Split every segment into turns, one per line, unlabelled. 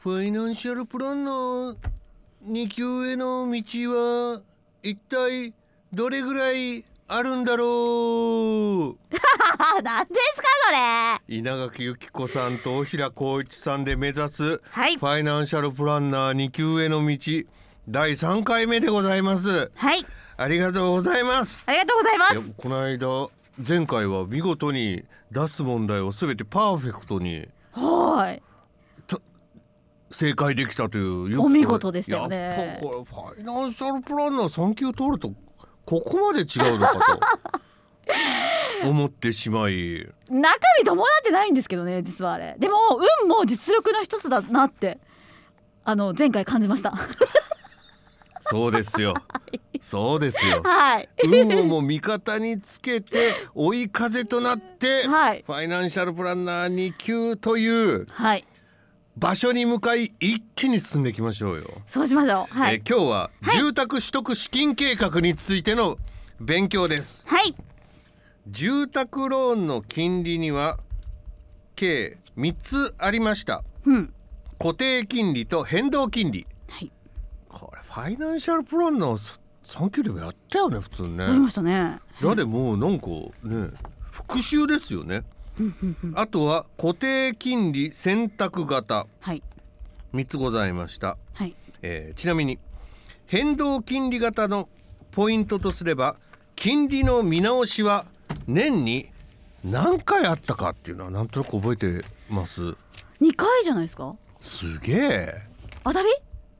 ファイナンシャルプランナー2級への道は一体どれぐらいあるんだろう
あ 何ですかそれは
稲垣由紀子さんと平浩一さんで目指す
い
ファイナンシャルプランナー2級への道第3回目でございます
はい
ありがとうございます
ありがとうございま
いや
す
この間前回は見事に出す問題をすべてパーフェクトに
は
正解できたというよく
お見事でしたよ
や
ね
っぱこれファイナンシャルプランナー3級取るとここまで違うのか と思ってしまい
い中身伴ってないんですけどね実はあれでも運も実力の一つだなってあの前回感じました
そうですよそうですよ
はい
運をも味方につけて追い風となって、
はい
ファイナンシャルプランナー2級という
はい
場所に向かい一気に進んでいきましょうよ。
そうしましょうは
え
い
ー今日は住宅取得資金計画についての勉強です。
はい
住宅ローンの金利には計3つありました
うん
固定金利と変動金利
はい
これファイナンシャルプランナー3級でもやったよね普通ね
ありましたね
だでもうなんかね復習ですよねあとは固定金利選択型
はい
3つございました
はい
えーちなみに変動金利型のポイントとすれば金利の見直しは年に何回あったかっていうのはなんとなく覚えてます
二回じゃないですか
すげえ
当たり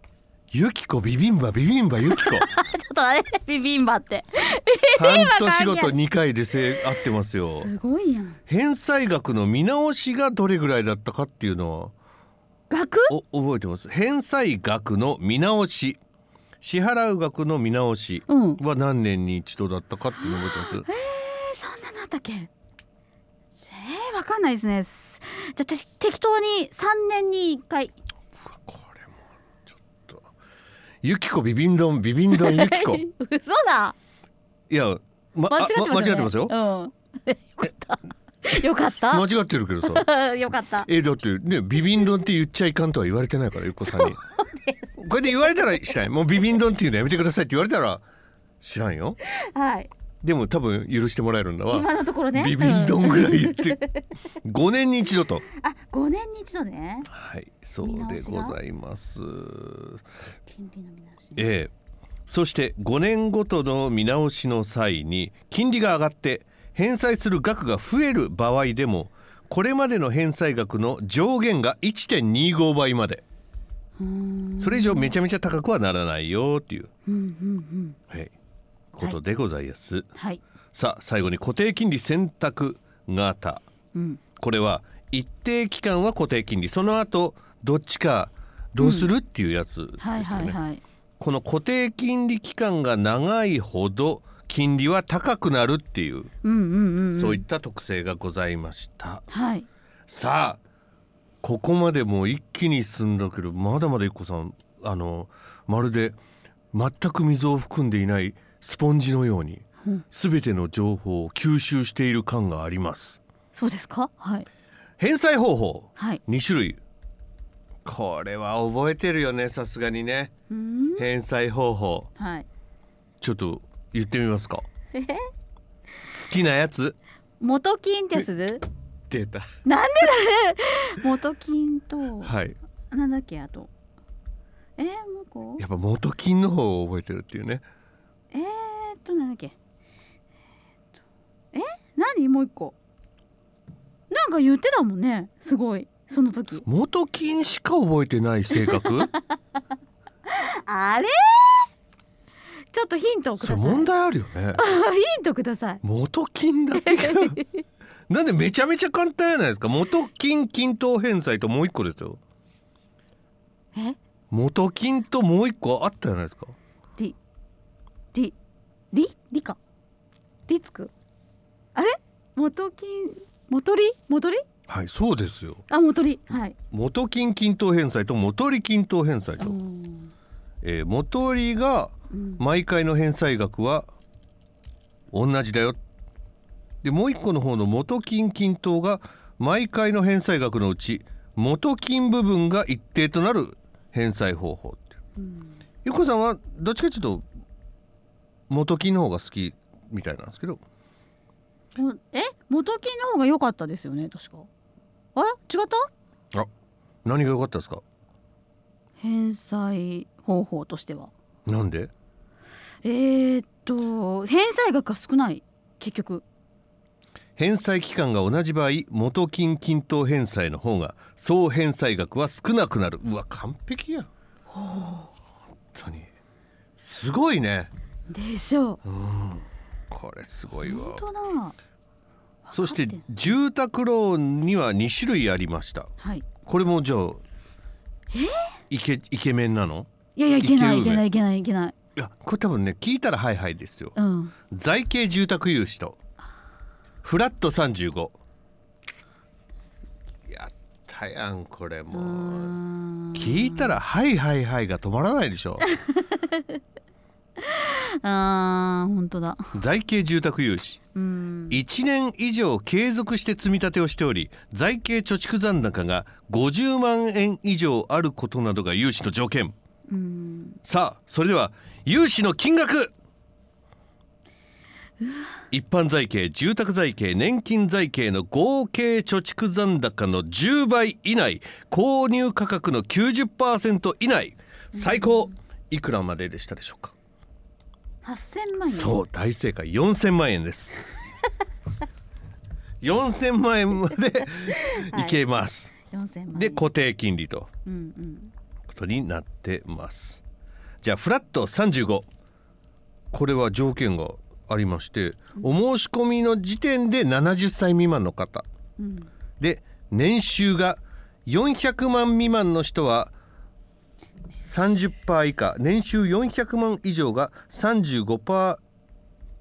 ゆきこビビンバビビンバゆきこ
ちょっとあれビビンバって
半年ごと2回でせ合ってます よ
すごいやん
返済額の見直しがどれぐらいだったかっていうのは
額
お覚えてます返済額の見直し支払う額の見直し
うん
は何年に一度だったかっていうの覚えてます、
えーそんなのあったっけえー、わかんないですねすじゃあて適当に3年に1回
これもちょっとゆきこビビンドンビビンドンゆき こい
嘘だ
や、ま、
間違って
あ
ますよ、ね、
間違ってますよ、
うん よかったよ
間違ってるけどさ
かった よかった
えだってねビビンドンって言っちゃいかんとは言われてないからゆっこさんにこれで言われたらしないもうビビンドンっていうのやめてくださいって言われたら知らんよ
はい
でも多分許してもらえるんだわ、
今のところね
ビビンドンぐらい
う
言
ん
って5年に一度と
あ5年に一度ね
はいそうでございます
金利の見直しね
ええ、そして5年ごとの見直しの際に金利が上がって返済する額が増える場合でもこれまでの返済額の上限が1.25倍まで
うーん
それ以上めちゃめちゃ高くはならないよっていう、
うんうんうん
はい、ことでございます、
はい
さあ最後に固定金利選択型
うん
これは一定期間は固定金利その後どっちかどうするっていうやつですよね、
はいはいはい
この固定金利期間が長いほど金利は高くなるっていう、
うんうんうんん
そういった特性がございました
はい
さあここまでもう一気に進んだけどまだまだ一個さんあのまるで全く水を含んでいないスポンジのように
うん
全ての情報を吸収している感があります
そうですかはい
返済方法
はい
2種類これは覚えてるよねさすがにね
うーん
返済方法
はい
ちょっと言ってみますか
えへ
好きなやつ
元金です
データ
なんでだね元金と
はい
なんだっけあとえー、もうこう
やっぱ元金の方を覚えてるっていうね
えー、っとなんだっけえーっとえ何もう一個なんか言ってたもんねすごいその時
元金しか覚えてない性 格
あれちょっとヒントをく
そ
だ
れ
さい
問
ヒ
題あるよね
ントください
元金だ けがなんでめちゃめちゃ簡単じゃないですか元金均等返済ともう一個ですよ
え
元金ともう一個あったじゃないですか
りりりりかりつくあれ元金元利元利
はいそうですよ
あ元利はい
元金均等返済と元利均等返済
う
と、
ん
えー元利が
うん
毎回の返済額は同じだよでもう一個の方の元金均等が毎回の返済額のうち元金部分が一定となる返済方法って
うん
ゆっこさんはどっちかちょいうと元金の方が好きみたいなんですけど
おえ元金の方が良かったですよね確かあ違った
何が良かったですか
返済方法としては
なんで
えー、っと返済額が少ない結局
返済期間が同じ場合元金均等返済の方が総返済額は少なくなるうわ完璧やん本当にすごいね
でしょう
これすごいわ
本当だ
そして
分かって
住宅ローンには2種類ありました
はい
これもじゃあイケイケメンなの
いやいやいけない
い
い
け
け
る
ないいけないいけない
いやこれ多分ね聞いたらはいはいですよ
うん
財形住宅融資とフラット35やったやんこれ
うー
もうん聞いたら「はいはいはい」が止まらないでしょ
あー本当だ
財形住宅融資
うん
1年以上継続して積み立てをしており財形貯蓄残高が50万円以上あることなどが融資の条件
うん
さあそれでは融資の金額一般財形住宅財形年金財形の合計貯蓄残高の10倍以内購入価格の90%以内最高いくらまででしたでしょうか
八千万円
そう大正解4000万円です 4000万円まで
は
い
い
けます、
四千万
で
円
固定金利と
うんうん
ことになってますじゃあフラット35これは条件がありましてお申し込みの時点で70歳未満の方
うん
で年収が400万未満の人は30%以下年収400万以上が35%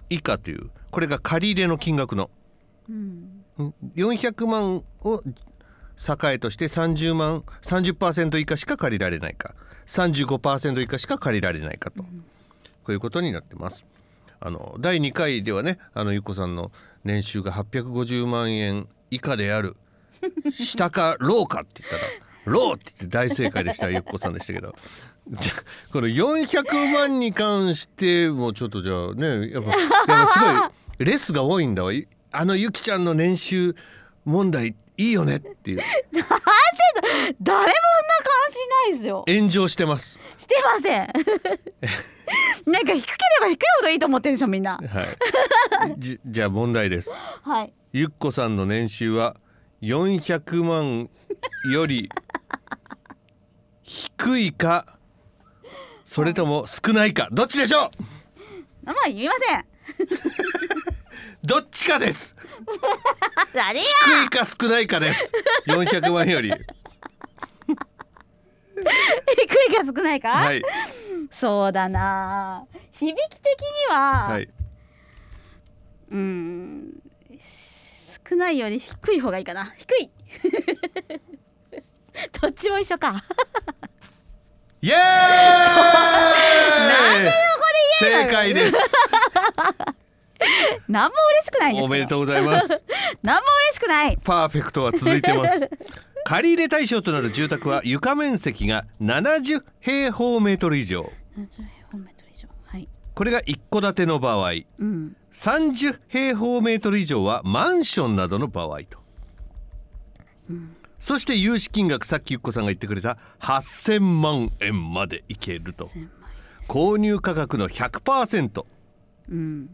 以下というこれが借り入れの金額の
うん
ん400万を境として30万30%以下しか借りられないか35%以下しか借りられないかと、こういうことになってます。あの第2回ではねあのゆっこさんの年収が850万円以下である下かローかって言ったら「ロー」って言って大正解でしたゆっこさんでしたけどじゃあこの400万に関してもちょっとじゃあねやっぱやっぱすごいレスが多いんだわいあのゆきちゃんの年収問題いいよねっていう
誰もそんな関心ないですよ
炎上してます。
してませんなんか低ければ低いほどいいと思ってるでしょみんな
はい、じじゃあ問題です。
はい
ゆっこさんの年収は400万より低いかそれとも少ないかどっちでしょう
あんまり言いません
どっちかです
誰 や
低いか少ないかです400万より
低いか少ないか、
はい
そうだな響き的には、
はい
うん少ないより低い方がいいかな低い どっちも一緒か
イエーイ正解です
何も嬉しくないんですけ ど
おめでとうございます
何も嬉しくない
パーフェクトは続いてます借り入れ対象となる住宅は床面積が70平方メートル以上
70平方メートル以上はい
これが一戸建ての場合
うん
30平方メートル以上はマンションなどの場合と、そして融資金額さっきゆっこさんが言ってくれた8,000万円までいけると
千枚
購入価格の100%、
うん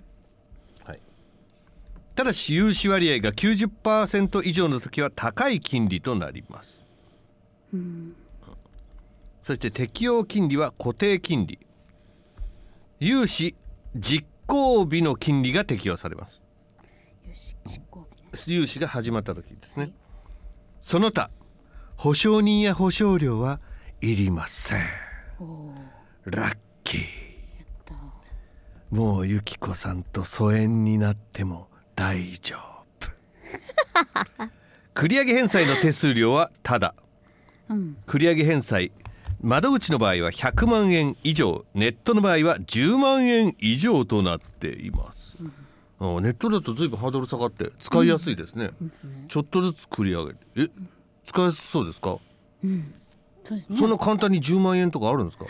はい、ただし融資割合が90%以上の時は高い金利となります、そして適用金利は固定金利融資実行日の金利が適用されます
よし結構
融資が始まった時ですね、その他保証人や保証料はいりません
おお
ラッキー
と
もうゆきこさんと疎遠になっても大丈夫 繰り上げ返済の手数料はただ
うん
繰り上げ返済窓口の場合は100万円以上ネットの場合は10万円以上となっています、ああネットだとずいぶんハードル下がって使いやすいですね、ちょっとずつ繰り上げてえ使えそうですか、
うん。そうですね
そんな簡単に10万円とかあるんですか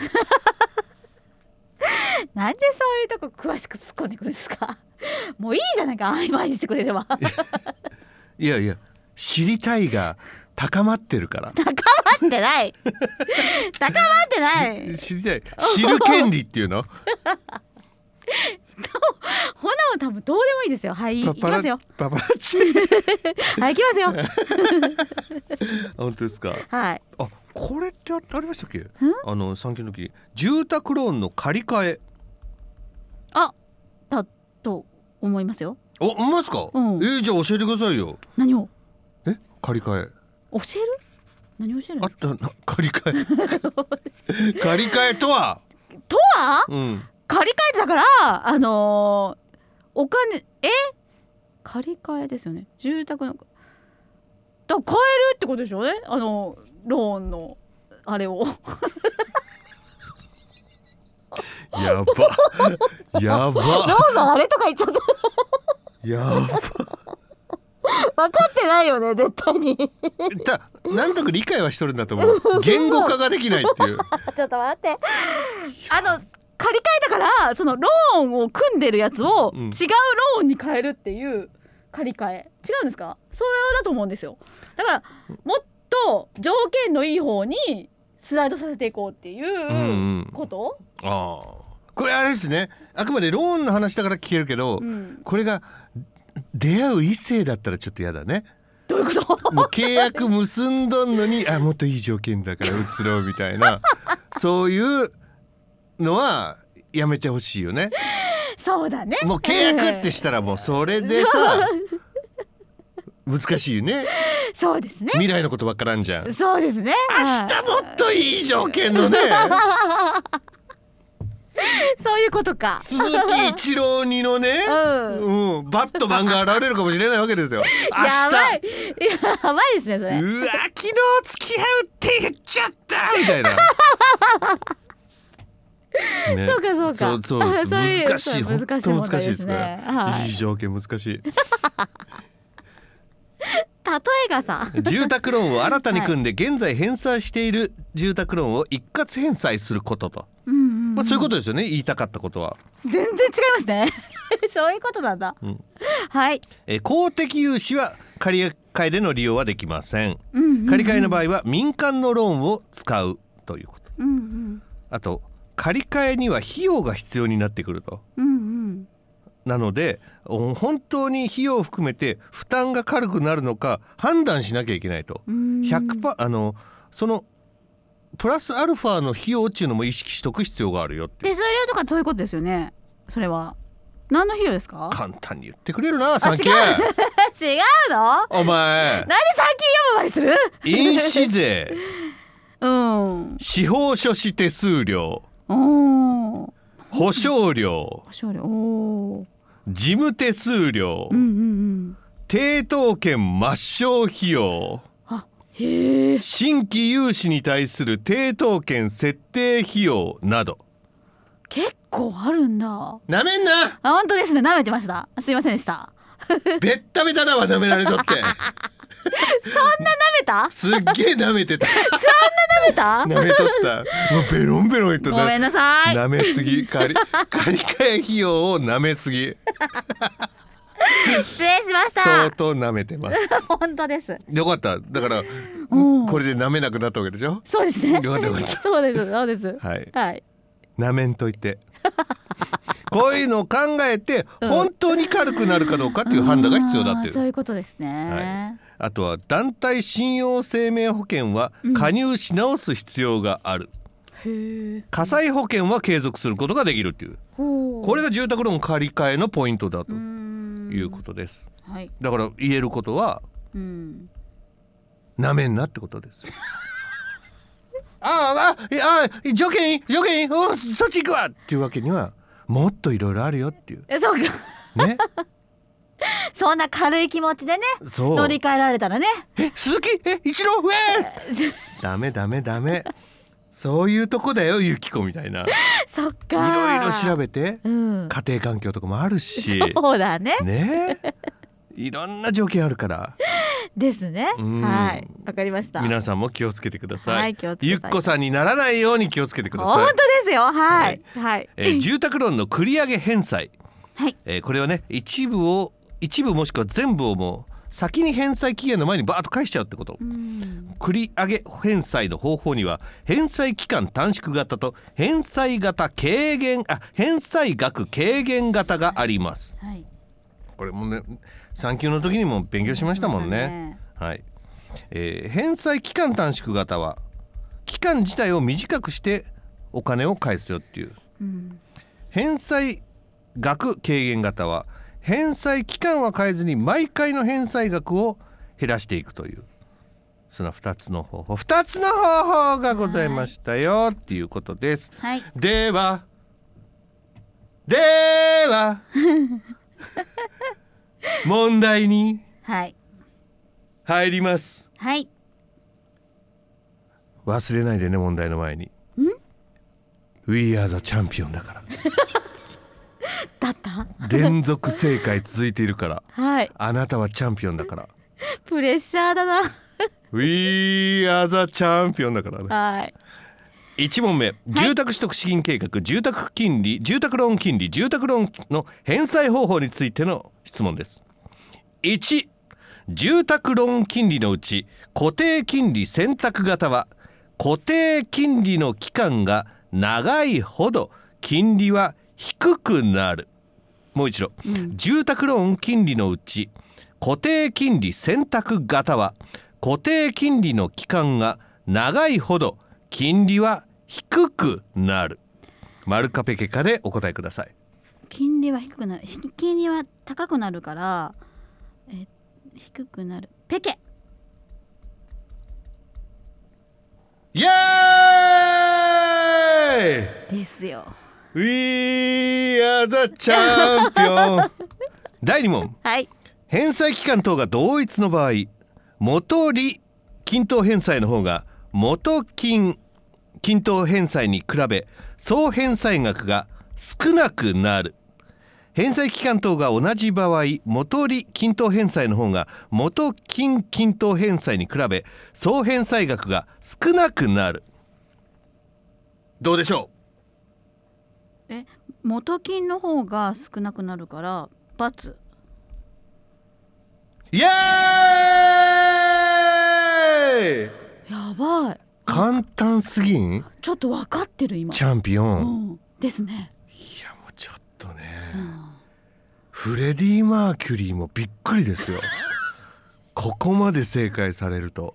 なんでそういうとこ詳しく突っ込んでくるんですか もういいじゃないか曖昧にしてくれれば高ま
いやいや知りたいが高まってるから
ってない 高まってない
し知りたい知る権利っていうの
ほなも多分どうでもいいですよはい行きますよ
パパラッチ
はい行きますよ
本当ですか
はい
あこれってあありましたっけあの産休の時住宅ローンの借り換え
あだと思いますよ
おうまですか、
うん
えーじゃあ教えてくださいよ
何を
え借り換え
教える何を教える
あったな借り換 え借り換えとは
とは
うん
借り換えてたからあのーお金え借り換えですよね住宅のだから買えるってことでしょうねあのローンのあれ を
やばや
ロ
ば
ーンのあれとか言っちゃった
やば
分かってないよね絶対にち
だなんとか理解はしとるんだと思う言語化ができないっていう
ょっと待ってあの借り換えたからそのローンを組んでるやつを
うん
違うローンに変えるっていう借り換え違うんですかそれだと思うんですよだからもっと条件のいい方にスライドさせていこうってい
ん
う
うん
うこと、
ああこれあれですねあくまでローンの話だから聞けるけど、
うん
これが出会う異性だったらちょっと嫌だね
どういうこと
もう契約結んどんのにあもっといい条件だから移ろうみたいなそういうのはやめてほしいよね
そうだね
もう契約ってしたらもうそれでさ難しいよね
そうですね
未来のことわからんじゃん明
そうですね
日もっといい条件 のね
そういうことか
鈴 木一郎にのね、
うん
うんバットマンが現れるかもしれないわけですよ。
やば
明
い やばいですねそれ
日、うわ、昨日付き合うって言っちゃったみた いな。ね
そうかそうか
そうそう
そういう
難しい
そう
本
難しい
当
問題
難しいですね
ですねはい
いい条件難しい
例えがさ
住宅ローンを新たに 組んで現在返済している住宅ローンを一括返済することと、
うんうん
まあ、そういうことですよね言いたかったことは、
全然違いますね そういうことなんだ、
うん
はい、
えー公的融資は借り換えでの利用はできません
うんうんうん
借り換えの場合は民間のローンを使うということ
うんうん
あと借り換えには費用が必要になってくると
うんうん
なのでお本当に費用を含めて負担が軽くなるのか判断しなきゃいけないと
うん
100パあのそのプラスアルファの費用っていうのも意識しとく必要があるよっていう
手数料とかそういうことですよねそれは何の費用ですか
簡単に言ってくれるな産経
違違うの なんで
お前
最近読むまでする
印紙税
うん
司法書士手数料
おー
保証料
保証料おー
事務手数料、
うんうんうん
抵当権抹消費用
あへえ
新規融資に対する抵当権設定費用など
結構あるんだあ
なめんな
本当ですね舐めてましたすいませんでした
べったべただわなめられとって
舐めた
すっげえなめてた
舐めた
なめとったもうベロンベロン言っとっ
ご
た
めんなさい
なめすぎ 借り借り換え費用をなめすぎ
失礼しました
相当なめてます
本当です。
よかっただから
うん
これでなめなくなったわけでしょ
そうですね。
よかったよかった
そうです。そうです。
はい
はい。
なめんといてこういうのを考えて
うん
本当に軽くなるかどうかっていう判断が必要だって
あ
い
ー
う
そういうことですね。
あとは団体信用生命保険は
うん
加入し直す必要がある、
へえ。
火災保険は継続することができるっていう
ほう。
これが住宅ローン借り換えのポイントだと
うーん
いうことです
はい。
だから言えることは
うん。
なめんなってことです あああいやあ条件いい条件いいうんそそっち行くわっていうわけにはもっといろいろあるよっていう
え、そうか。
ね
そんな軽い気持ちでね、
そう
乗り換えられたらね。
え鈴木え一郎ウェーダメダメダメそういうとこだよゆきこみたいない
そっか。い
ろいろ調べて
うん。
家庭環境とかもあるし
そうだね。
ねえいろんな条件あるから
ですね。
うん
はい、わかりました。
皆さんも気をつけてください、
はい、気をつけて
ゆっこさんにならないように気をつけてくだ
本
さい
当ですよ。はい、はい、
えー住宅ローンの繰り上げ返済、
はい
えーこれはね一部を一部もしくは全部をもう先に返済期限の前にバーッと返しちゃうってこと
うん
繰り上げ返済の方法には返済期間短縮型と返済型軽減あ返済額軽減型があります
はい。
これもね産休の時にも勉強しましたもんねはい、えー返済期間短縮型は期間自体を短くしてお金を返すよっていう
うん。
返済額軽減型は返済期間は変えずに毎回の返済額を減らしていくというその2つの方法2つの方法がございましたよっていうことです。
はい。
ではでは問題に
はい。
入ります。
はい。
忘れないでね問題の前に。We are the champion だか
だった。
ら連続正解続いているから
はい。
あなたはチャンピオンだから。
プレッシャーだな。
We are the champion だからね。
はい。
1問目、住宅取得資金計画、住宅金利、住宅ローン金利、住宅ローンの返済方法についての質問です。1、住宅ローン金利のうち固定金利選択型は固定金利の期間が長いほど金利は低くなる。もう一度、
うん
住宅ローン金利のうち固定金利選択型は固定金利の期間が長いほど金利は低くなる丸カペケカでお答えください
金利は低くなる。ひ金利は高くなるから。え。低くなる。ペケ。
イエーイ
ですよ。
We are the champion 第2問
はい。
返済期間等が同一の場合元利均等返済の方が元金均等返済に比べ総返済額が少なくなる返済期間等が同じ場合元利均等返済の方が元金均等返済に比べ総返済額が少なくなるどうでしょ
え。元金の方が少なくなるから。罰。
うイエーイ
やばい。
簡単すぎん
ちょっと分かってる今。
チャンピオ
う
ン、
ん。ですね。
いやもうちょっとね、
うん。
フレディ・マーキュリーもびっくりですよ ここまで正解されると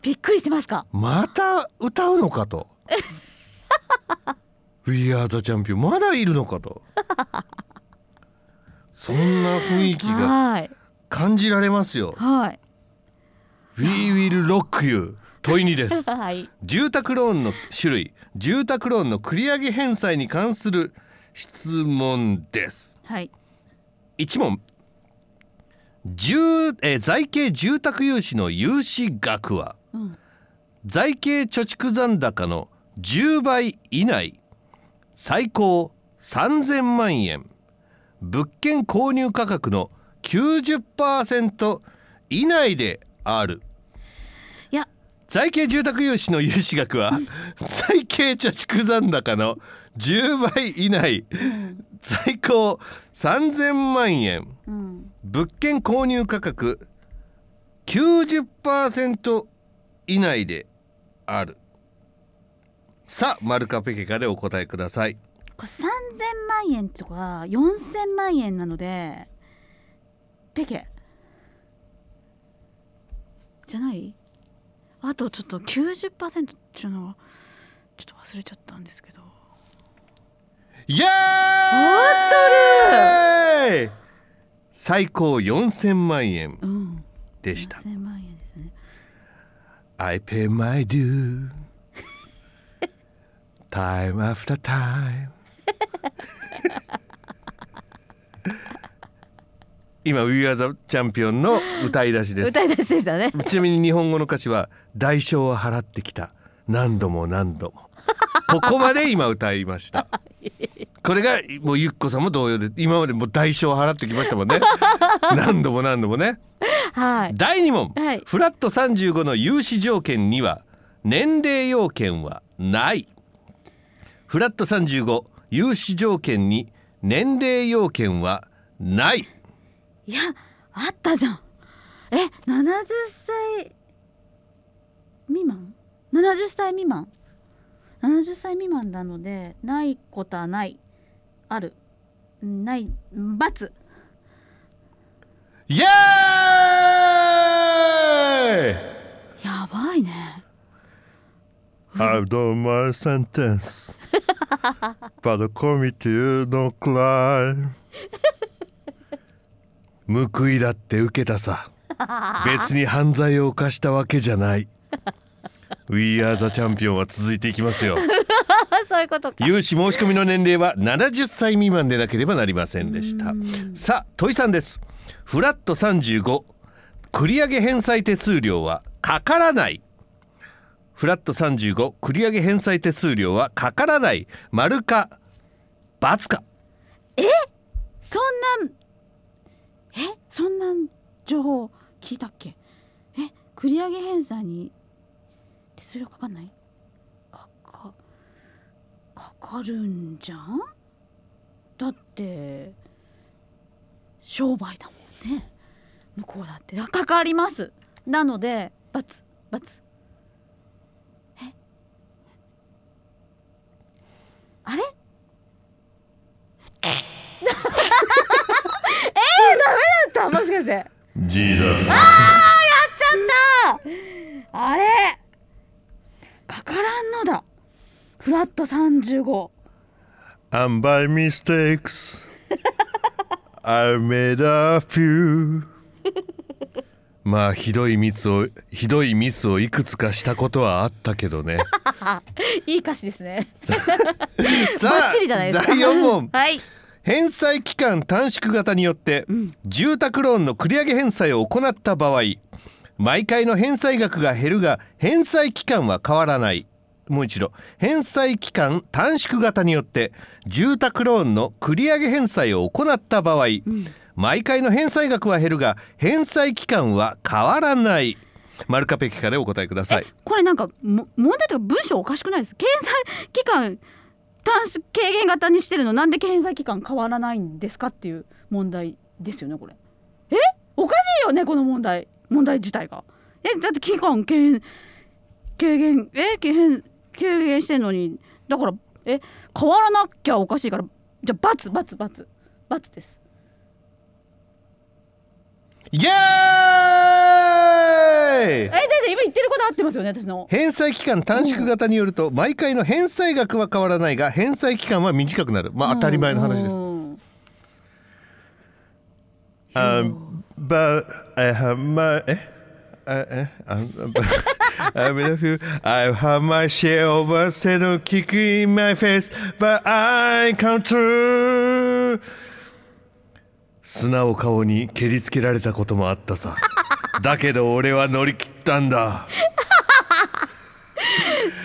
びっくりしてますか。
また歌うのかと 「We are the champion」まだいるのかとそんな雰囲気が
はい。
感じられますよ
はい。
「We will rock you」問いにです
はい。
住宅ローンの種類住宅ローンの繰り上げ返済に関する質問です
はい。
1問住えー財形住宅融資の融資額は
うん。
財形貯蓄残高の10倍以内最高3000万円物件購入価格の90%以内である
いや。
財形住宅融資の融資額 は財形貯蓄残高の10倍以内
うん。
最高3000万円
うん。
物件購入価格90%以内であるさあマルカペケカでお答えください
これ3000万円とか4000万円なのでペケじゃないあとちょっと90%っていうのはちょっと忘れちゃったんですけど
イエーイ最高4000万円
うん
でした
4000万円ですね
I pay my due time after time 今 We Are the Champion の歌い出しです
歌い出しでしたね
ちなみに日本語の歌詞は代償は払ってきた何度も何度もここまで今歌いましたこれがもうゆっこさんも同様で今までもう代償を払ってきましたもんね何度も何度もね
はい
第2問、
はい
フラット35の融資条件には年齢要件はないフラット35融資条件に年齢要件はない
いやあったじゃんえ70歳未満70歳未満70歳未満なのでないことはないあるない×
イエーイ
やばいね
I've done my sentence but committed no crime 報いだって受けたさ別に犯罪を犯したわけじゃない We are the champion は続いていきますよ
そういうことか
融資申し込みの年齢は70歳未満でなければなりませんでしたさあ土井さんですフラット35繰り上げ返済手数料はかからないフラット35繰り上げ返済手数料はかからない丸か×か
そんなんえそんな情報聞いたっけえ繰り上げ返済に手数料かかんないかかかかるんじゃんだって商売だもんね向こうだってあかかりますなので××えあれダメだったもしかして
ジーザス
あれかからんのだフラット35
And by mistakes, I made a few. まあひどいミスをひどいミスをいくつかしたことはあったけどね。
いい歌詞ですね
さ
バッチリじゃないですか
第4問
はい
返済期間短縮型によって、住宅ローンの繰り上げ返済を行った場合毎回の返済額が減るが返済期間は変わらないもう一度返済期間短縮型によって住宅ローンの繰り上げ返済を行った場合、毎回の返済額は減るが返済期間は変わらない丸かペキかでお答えください
これなんかも問題というか文章おかしくないですか検査期間短縮軽減型にしてるのなんで検査期間変わらないんですかっていう問題ですよねこれえおかしいよねこの問題問題自体がえだって期間軽減軽減え軽減軽減してんのにだからえ変わらなきゃおかしいからじゃあ××××です
イエーイ
えだって今言ってること合ってますよね私の
返済期間短縮型によると毎回の返済額は変わらないが返済期間は短くなるまあ当たり前の話です。
うん
ばえはまえええあば I love you. I have my share of a set of kick in my face, but I come true. 砂を顔に蹴りつけられたこともあったさ。だけど俺は乗り切ったんだ。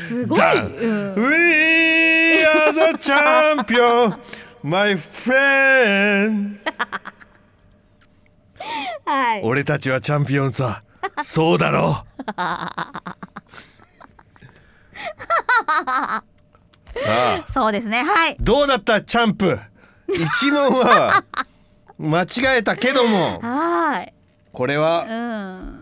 すごい、うん
Done. We are the champion, my friend.
はい
俺たちはチャンピオンさ。そうだろう。さあ、
そうですねはい
どうだったチャンプ。一問は間違えたけども、
はい
これは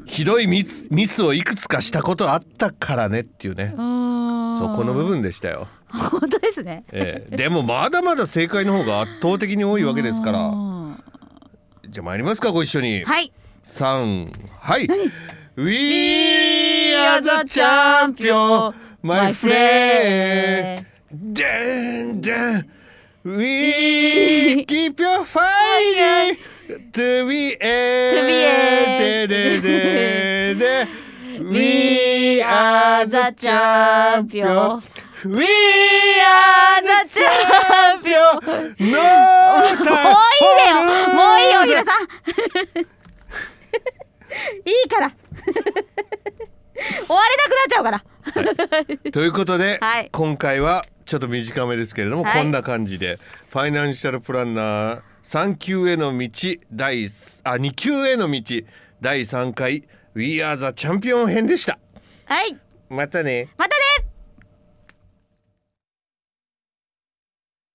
うん
ひどいミスミスをいくつかしたことあったからねっていうね。そ
そ
この部分でしたよ。
本当ですね
ええ、でもまだまだ正解の方が圧倒的に多いわけですから。
は
じゃあ参りますかご一緒に。
い
三はい。
We
We are
are
the
the
champion,
champion,
my
my
friend.
friend.
でんでん。We keep your fire to be end. でで
end.
で で。We are the champion. We are the champion. No time.
もういいだよもういいよ皆さん いいから 終われなくなっちゃうから
ということで、
はい
今回はちょっと短めですけれども、
はい
こんな感じでファイナンシャルプランナー3級への道第あ2級への道第3回 We Are the Champion 編でした
はい
またね
またね